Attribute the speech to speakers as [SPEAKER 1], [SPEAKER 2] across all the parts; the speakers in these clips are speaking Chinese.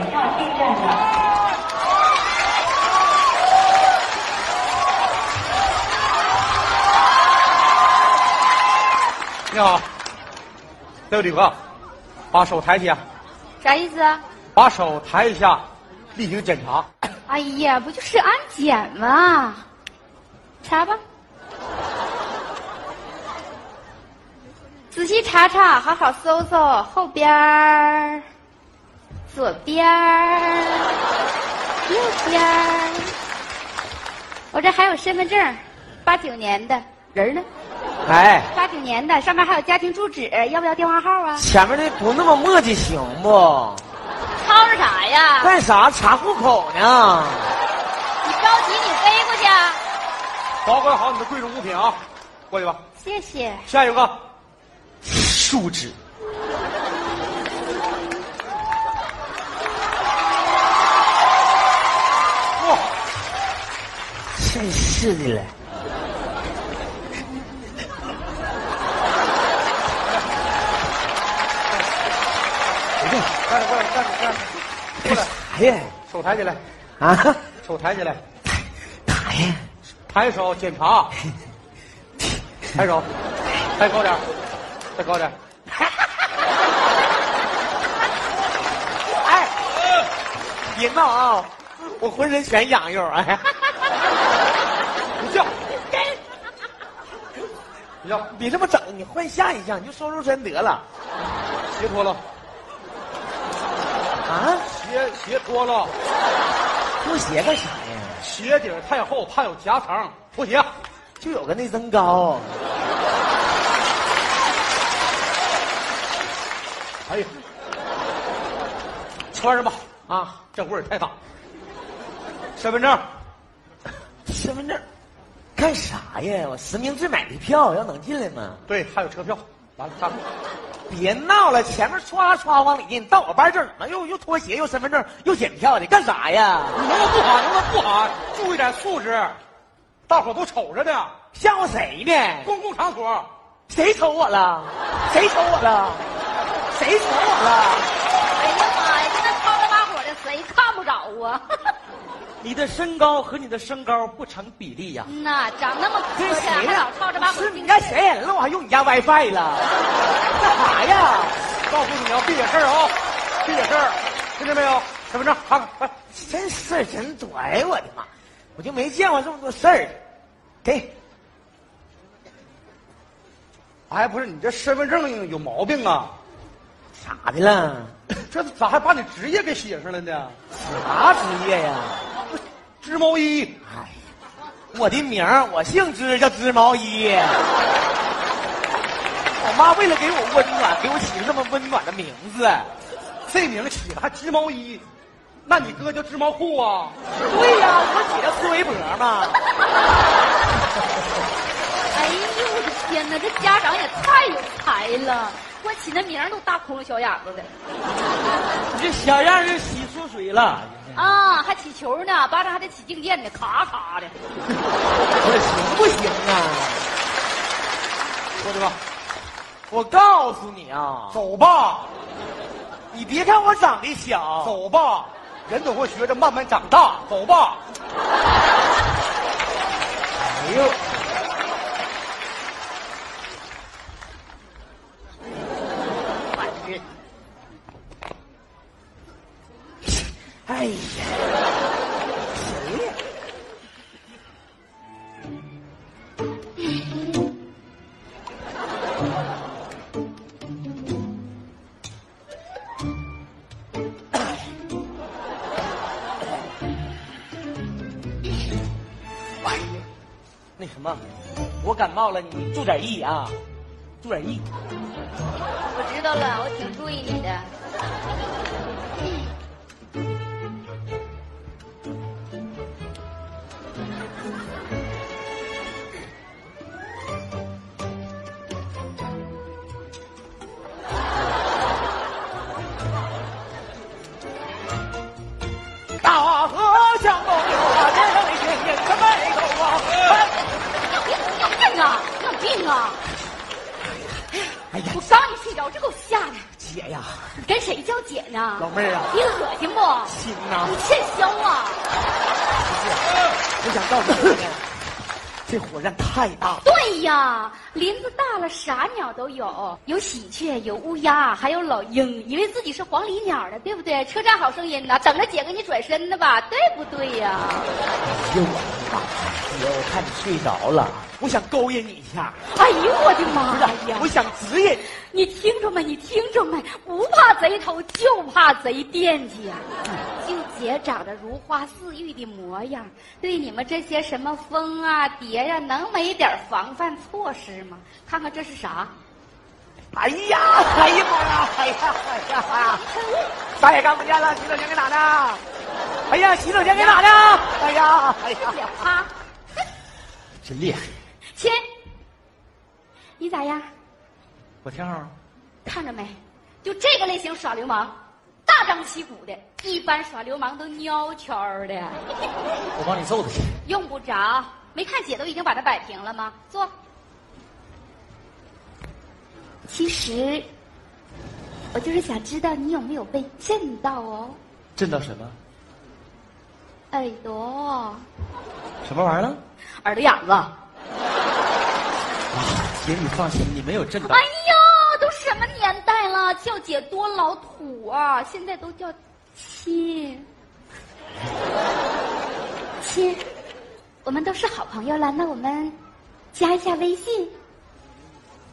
[SPEAKER 1] 看看。
[SPEAKER 2] 你好，这位旅客，把手抬起啊，
[SPEAKER 3] 啥意思啊？
[SPEAKER 2] 把手抬一下，例行检查。
[SPEAKER 3] 哎呀，不就是安检吗？查吧，仔细查查，好好搜搜，后边儿、左边儿、右边儿。我这还有身份证，八九年的人儿呢？
[SPEAKER 4] 哎，
[SPEAKER 3] 八九年的，上面还有家庭住址，要不要电话号啊？
[SPEAKER 4] 前面那不那么磨叽行不？
[SPEAKER 3] 吵吵啥呀？
[SPEAKER 4] 干啥查户口呢？
[SPEAKER 3] 你着急，你飞过去啊！
[SPEAKER 2] 保管好你的贵重物品啊，过去吧。
[SPEAKER 3] 谢谢。
[SPEAKER 2] 下一个，树脂。哇，
[SPEAKER 4] 真是的了。
[SPEAKER 2] 站着过来，站着站着，过来，
[SPEAKER 4] 哎呀，
[SPEAKER 2] 手抬起来，
[SPEAKER 4] 啊，
[SPEAKER 2] 手抬起来，
[SPEAKER 4] 打呀！
[SPEAKER 2] 抬手检 查，抬手，再高点儿，再高点儿。
[SPEAKER 4] 哎，别闹啊！我浑身全痒痒，哎，
[SPEAKER 2] 不叫，不叫，
[SPEAKER 4] 别这么整，你换下一项，你就收收身得了。
[SPEAKER 2] 鞋脱了，
[SPEAKER 4] 啊，
[SPEAKER 2] 鞋鞋脱了，
[SPEAKER 4] 拖鞋干啥呀？
[SPEAKER 2] 鞋底儿太厚，怕有夹层，脱鞋。
[SPEAKER 4] 就有个内增高。
[SPEAKER 2] 哎呀，穿上吧，
[SPEAKER 4] 啊，
[SPEAKER 2] 这味儿太大。身份证，
[SPEAKER 4] 身份证，干啥呀？我实名制买的票，要能进来吗？
[SPEAKER 2] 对，还有车票。完了，下面
[SPEAKER 4] 别闹了，前面唰唰往里进，到我班这儿怎么又又拖鞋又身份证又检票的，干啥呀？
[SPEAKER 2] 你能不能不喊？能不能不喊？注意点素质，大伙都瞅着呢。
[SPEAKER 4] 吓唬谁呢？
[SPEAKER 2] 公共场所，
[SPEAKER 4] 谁瞅我了？谁瞅我了？谁瞅我了？
[SPEAKER 3] 哎呀妈呀，这那吵着把火的，谁看不着啊？
[SPEAKER 5] 你的身高和你的身高不成比例呀、
[SPEAKER 3] 嗯呐，长那么磕
[SPEAKER 4] 这是
[SPEAKER 3] 碜，还
[SPEAKER 4] 谁
[SPEAKER 3] 老
[SPEAKER 4] 呀？
[SPEAKER 3] 吵着把火
[SPEAKER 4] 是你家
[SPEAKER 3] 盯着
[SPEAKER 4] 显眼了，我还用你家 WiFi 了？干啥呀？
[SPEAKER 2] 告诉你要闭眼事儿啊，闭眼事儿，听见没有？身份证，看哎看，快，
[SPEAKER 4] 真事儿真多！哎呦我的妈，我就没见过这么多事儿。给，
[SPEAKER 2] 哎，不是你这身份证有毛病啊！
[SPEAKER 4] 咋的了？
[SPEAKER 2] 这咋还把你职业给写上了呢？
[SPEAKER 4] 啥职业呀？
[SPEAKER 2] 织毛衣，
[SPEAKER 4] 哎呀，我的名儿我姓织，叫织毛衣。哎我妈为了给我温暖，给我起了这么温暖的名字。
[SPEAKER 2] 这名起的还织毛衣，那你哥叫织毛裤啊？
[SPEAKER 4] 对呀、我姐叫织围脖嘛。
[SPEAKER 3] 哎呦我的天哪，这家长也太有才了！我起那名儿都大窟窿小眼子的
[SPEAKER 5] 你这小样儿就洗出水了。
[SPEAKER 4] 嗯
[SPEAKER 3] 啊，还起球呢，巴掌还得起静电呢，咔咔的。
[SPEAKER 4] 我说行不行啊？
[SPEAKER 2] 过去吧，
[SPEAKER 4] 我告诉你啊，
[SPEAKER 2] 走吧，
[SPEAKER 4] 你别看我长得小，
[SPEAKER 2] 走吧，人总会学着慢慢长大。走吧，
[SPEAKER 4] 哎呦，哎呀，谁呀？
[SPEAKER 5] 那什么，我感冒了，你注点意啊，注点意。
[SPEAKER 3] 我知道了，我挺注意你的。
[SPEAKER 4] 大河向东流啊，天上的星星可北斗啊。
[SPEAKER 3] 哎你有病啊！你有病啊！
[SPEAKER 4] 哎呀，
[SPEAKER 3] 我刚一睡着，这给我吓的。
[SPEAKER 4] 姐呀，
[SPEAKER 5] 呀、
[SPEAKER 3] 跟谁叫姐呢？
[SPEAKER 5] 老妹儿啊，
[SPEAKER 3] 你恶心不？
[SPEAKER 5] 亲呐、
[SPEAKER 3] 你欠削啊！
[SPEAKER 5] 我想告诉你 们，这火山太大了。
[SPEAKER 3] 对呀，林子大了，啥鸟都有，有喜鹊，有乌鸦，还有老鹰。以为自己是黄鹂鸟呢，对不对？车站好声音呢，等着姐给你转身呢吧，对不对呀？
[SPEAKER 5] 又大，姐，我看你睡着了，我想勾引你一下，
[SPEAKER 3] 哎呦我的妈呀
[SPEAKER 5] 我！想指引你。
[SPEAKER 3] 你听着没？你听着没？不怕贼偷，就怕贼惦记呀、就姐长得如花似玉的模样，对你们这些什么风啊、蝶呀、能没点防范措施吗？看看这是啥？
[SPEAKER 4] 哎呀，哎呀妈呀，哎呀，哎呀，啥也干不见了，洗手间给哪呢？哎呀，洗手间给哪呢？哎呀，哎呀，
[SPEAKER 3] 脸趴，
[SPEAKER 5] 真厉害！
[SPEAKER 3] 亲，你咋样？
[SPEAKER 5] 我挺好。
[SPEAKER 3] 看着没？就这个类型耍流氓，大张旗鼓的，一般耍流氓都蔫悄的，
[SPEAKER 5] 我帮你揍他去。
[SPEAKER 3] 用不着。没看姐都已经把它摆平了吗？坐。其实，我就是想知道你有没有被震到哦，
[SPEAKER 5] 震到什么？
[SPEAKER 3] 耳朵，
[SPEAKER 5] 什么玩意儿了？
[SPEAKER 3] 耳朵眼啊子。
[SPEAKER 5] 姐，你放心，你没有震到
[SPEAKER 3] 哎。呀，都什么年代了，叫姐多老土啊！现在都叫亲， 亲，我们都是好朋友了，那我们加一下微信，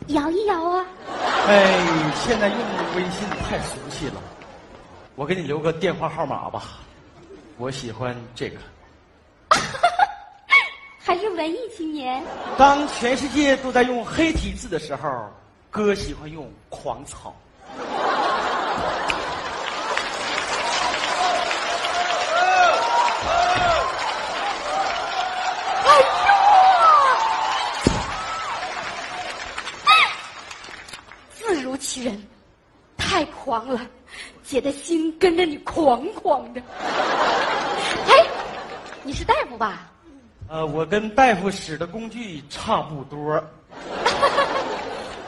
[SPEAKER 3] 摇一摇啊！
[SPEAKER 5] 哎，现在用微信太熟悉了，我给你留个电话号码吧。我喜欢这个。
[SPEAKER 3] 还是文艺青年，
[SPEAKER 5] 当全世界都在用黑体字的时候，哥喜欢用狂草。
[SPEAKER 3] 字如其人，太狂了，姐的心跟着你狂狂的。 哎，你是大夫吧？
[SPEAKER 5] 呃，我跟大夫使的工具差不多。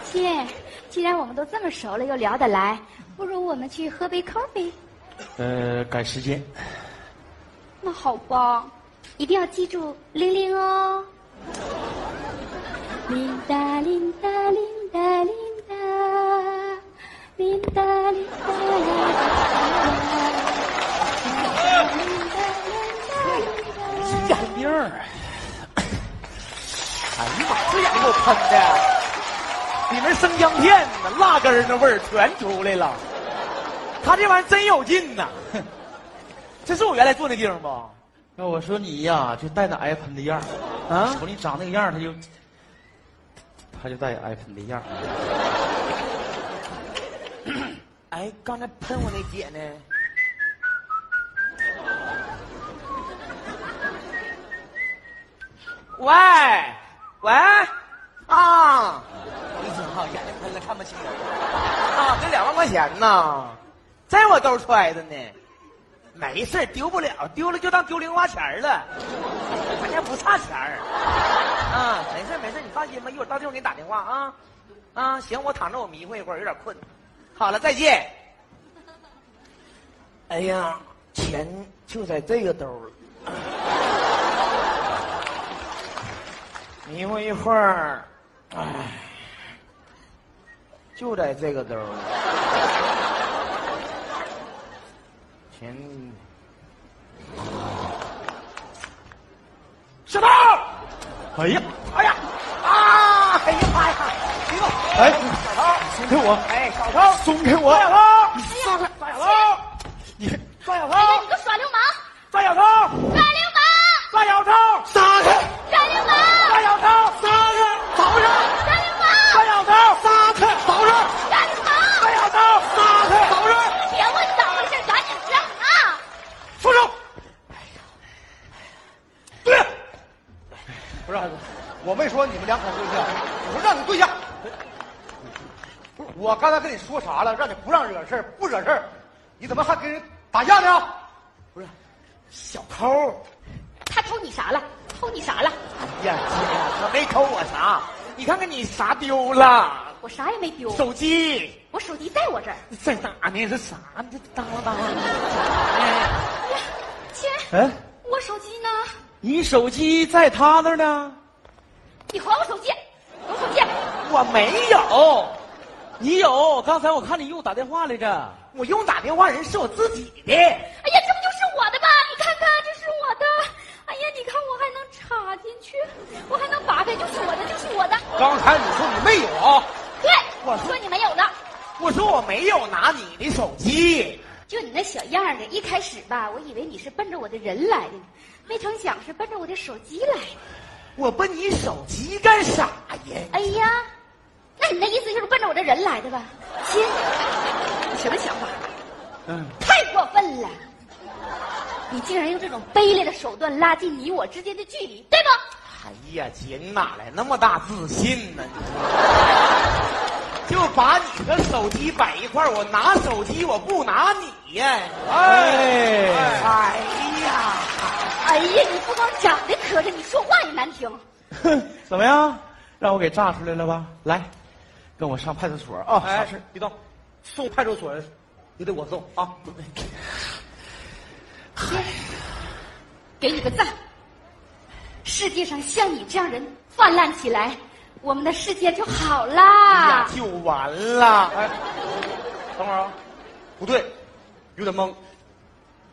[SPEAKER 3] 亲，既然我们都这么熟了，又聊得来，不如我们去喝杯 coffee。
[SPEAKER 5] 呃，赶时间。
[SPEAKER 3] 那好吧，一定要记住玲玲哦。铃哒铃哒铃哒铃哒，铃哒铃哒铃哒铃哒铃哒铃哒。
[SPEAKER 5] 眼病儿，
[SPEAKER 4] 哎呀妈，这眼睛给我喷的，里面生姜片呢，辣根儿那味儿全出来了。他这玩意儿真有 劲呐！哼这是我原来住那地方不？
[SPEAKER 5] 那我说你呀、就带那挨喷的样儿
[SPEAKER 4] 啊
[SPEAKER 5] 瞅你长那个样儿，他就他就带挨喷的样儿。
[SPEAKER 4] 哎，刚才喷我那姐呢？喂，喂，啊！我一听哈，眼睛喷了，看不清人了啊，这两万块钱呢，啊在我兜揣着呢。没事儿丢不了，丢了就当丢零花钱儿了，咱家不差钱儿。啊，没事儿没事儿，你放心吧，一会儿到地方给你打电话啊。啊，行，我躺着我迷糊一会儿，有点困。好了，再见。哎呀，钱就在这个兜儿了。迷糊一会儿，哎，就在这个兜儿了。钱，石头，
[SPEAKER 5] 哎呀，
[SPEAKER 4] 哎呀，啊，哎呀妈呀，别动，
[SPEAKER 5] 哎，
[SPEAKER 4] 小偷，
[SPEAKER 5] 松开我，
[SPEAKER 4] 哎，小偷，
[SPEAKER 5] 松开
[SPEAKER 4] 抓小
[SPEAKER 5] 我！
[SPEAKER 4] 偷，
[SPEAKER 3] 哎呀，
[SPEAKER 4] 抓小
[SPEAKER 5] 你
[SPEAKER 4] 偷，抓小偷
[SPEAKER 3] 哎，呀，你个耍流氓！
[SPEAKER 4] 抓小偷，
[SPEAKER 3] 耍流氓！
[SPEAKER 4] 抓小偷，
[SPEAKER 5] 撒开，
[SPEAKER 3] 耍流氓！
[SPEAKER 4] 抓小偷，
[SPEAKER 5] 撒开，早上，
[SPEAKER 3] 耍流氓！
[SPEAKER 4] 抓小偷，
[SPEAKER 5] 撒开，早上，
[SPEAKER 3] 耍流氓！
[SPEAKER 4] 抓小偷，
[SPEAKER 5] 撒开，早上。
[SPEAKER 3] 别问咋回事，赶紧整啊！
[SPEAKER 4] 住手！
[SPEAKER 2] 哎
[SPEAKER 4] 对，
[SPEAKER 2] 不是，我没说你们两口子对象，我说让你对象。不是，我刚才跟你说啥了？让你不让惹事儿，不惹事儿，你怎么还跟人打架呢？
[SPEAKER 4] 小偷，
[SPEAKER 3] 他偷你啥了？偷你啥了？
[SPEAKER 4] 哎呀姐，他没偷我啥，你看看你啥丢了？
[SPEAKER 3] 我啥也没丢，
[SPEAKER 4] 手机
[SPEAKER 3] 我手机在我这儿。
[SPEAKER 4] 在哪呢？这啥？这当啷当啷。
[SPEAKER 3] 亲，
[SPEAKER 5] 哎，
[SPEAKER 3] 我手机呢？
[SPEAKER 5] 你手机在他那儿呢，
[SPEAKER 3] 你还我手机，给我手机。啊
[SPEAKER 5] 我没有，你有。刚才我看你又打电话来着，
[SPEAKER 4] 我用打电话人是我自己的，
[SPEAKER 3] 哎呀，这不就是我的吗？你看看，这是我的。哎呀，你看我还能插进去，我还能拔开，就是我的，就是我的。
[SPEAKER 2] 刚才你说你没有啊？
[SPEAKER 3] 对，
[SPEAKER 4] 我
[SPEAKER 3] 我说你没有呢，
[SPEAKER 4] 我说我没有拿你的手机，
[SPEAKER 3] 就你那小样儿的，一开始吧，我以为你是奔着我的人来的，没成想是奔着我的手机来的。
[SPEAKER 4] 我奔你手机干啥呀？
[SPEAKER 3] 哎呀，那你那意思就是奔着我这人来的吧？亲，你什么想法？
[SPEAKER 5] 嗯，
[SPEAKER 3] 太过分了！你竟然用这种卑劣的手段拉近你我之间的距离，对吗？
[SPEAKER 4] 哎呀，姐，你哪来那么大自信呢？ 就把你和手机摆一块儿我拿手机，我不拿你呀！
[SPEAKER 5] 哎，
[SPEAKER 4] 哎呀，
[SPEAKER 3] 哎呀，你不光长得磕碜，你说话也难听。
[SPEAKER 5] 哼， 怎么样？让我给炸出来了吧？来，跟我上派出所啊！啥
[SPEAKER 2] 哎
[SPEAKER 5] 事？
[SPEAKER 2] 别动，送派出所，你得我送啊。
[SPEAKER 3] 给你个赞！世界上像你这样人泛滥起来，我们的世界就好
[SPEAKER 4] 哎呀
[SPEAKER 3] 啦。
[SPEAKER 4] 就完了。
[SPEAKER 2] 哎，等会儿啊，不对，有点懵。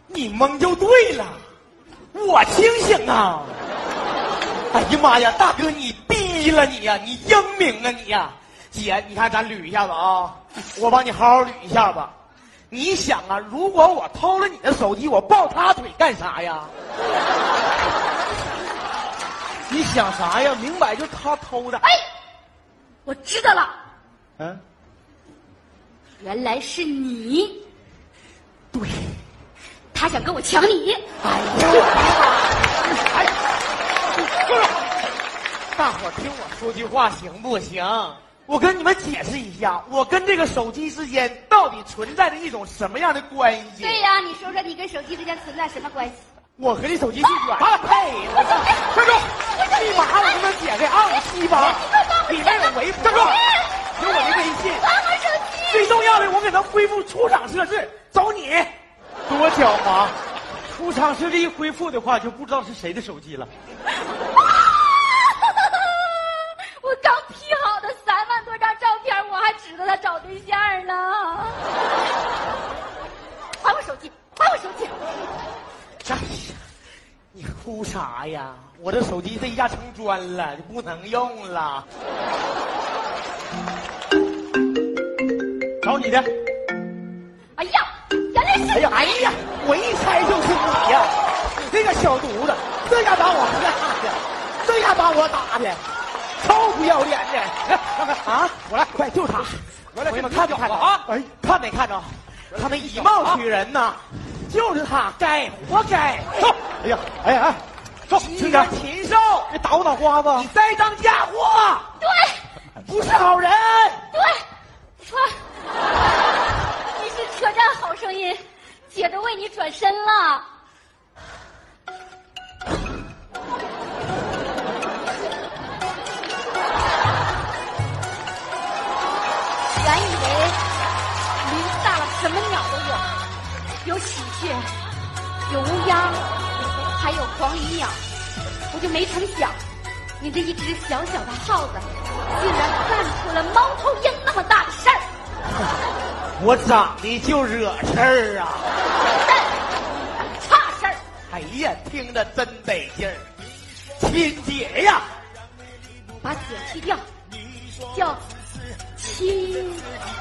[SPEAKER 4] 你蒙就对了，我清醒啊！ 哎呀妈呀，大哥你逼了你呀、你英明啊你呀、姐，你看咱捋一下子啊，我帮你好好捋一下吧。你想啊，如果我偷了你的手机，我抱他腿干啥呀？
[SPEAKER 5] 你想啥呀？明摆就他偷的。
[SPEAKER 3] 哎，我知道了，
[SPEAKER 5] 嗯，
[SPEAKER 3] 原来是你，
[SPEAKER 4] 对，
[SPEAKER 3] 他想跟我抢你。
[SPEAKER 4] 哎呀我的妈！哎呀，住手！大伙儿听我说句话行不行？我跟你们解释一下，我跟这个手机之间到底存在着一种什么样的关系？
[SPEAKER 3] 对呀、你说说你跟手机之间存在什么关系？
[SPEAKER 4] 我和这手机是远的，配我操！站住！立马我他妈解开二五七八，里面有围脖，有我的微信，
[SPEAKER 3] 还我手机！
[SPEAKER 4] 最重要的我给他恢复出厂设置，走你！
[SPEAKER 5] 多狡猾！出厂设置一恢复的话，就不知道是谁的手机了。
[SPEAKER 3] 我刚 P 好的三万多张照片，我还指着他找对象 呢。还我手机！还我手机！
[SPEAKER 4] 哎呀，你哭啥呀？我这手机这一下成砖了，就不能用了。
[SPEAKER 5] 找你的，
[SPEAKER 3] 哎呀，原来是
[SPEAKER 4] 哎呀，哎呀，我一猜就是你呀！你这个小犊子，这下把我吓的，这下把我打的，臭不要脸的！啊，我来，快救他！
[SPEAKER 2] 我来
[SPEAKER 4] 朋友们
[SPEAKER 2] 给你
[SPEAKER 4] 看没看着
[SPEAKER 2] 搅和啊
[SPEAKER 4] 哎，看没看着？他们以貌取人呐，啊就是他，该活该！
[SPEAKER 5] 走。哎呀，哎呀，哎，走，
[SPEAKER 4] 机
[SPEAKER 5] 轻点
[SPEAKER 4] 关。禽兽，
[SPEAKER 5] 别打我脑瓜
[SPEAKER 4] 你
[SPEAKER 5] 子！
[SPEAKER 4] 栽赃嫁祸，
[SPEAKER 3] 对
[SPEAKER 4] 不是好人。
[SPEAKER 3] 对，你说你是车站好声音，姐都为你转身了。原以为林子大了什么鸟都有，有喜鹊，有乌鸦，还有黄鹂鸟，我就没成想，你这一只小小的耗子，竟然干出了猫头鹰那么大的事儿。
[SPEAKER 4] 我长得就惹事儿啊！
[SPEAKER 3] 差事儿，
[SPEAKER 4] 哎呀，听着真得劲儿，亲姐呀！
[SPEAKER 3] 把姐去掉，叫亲姐。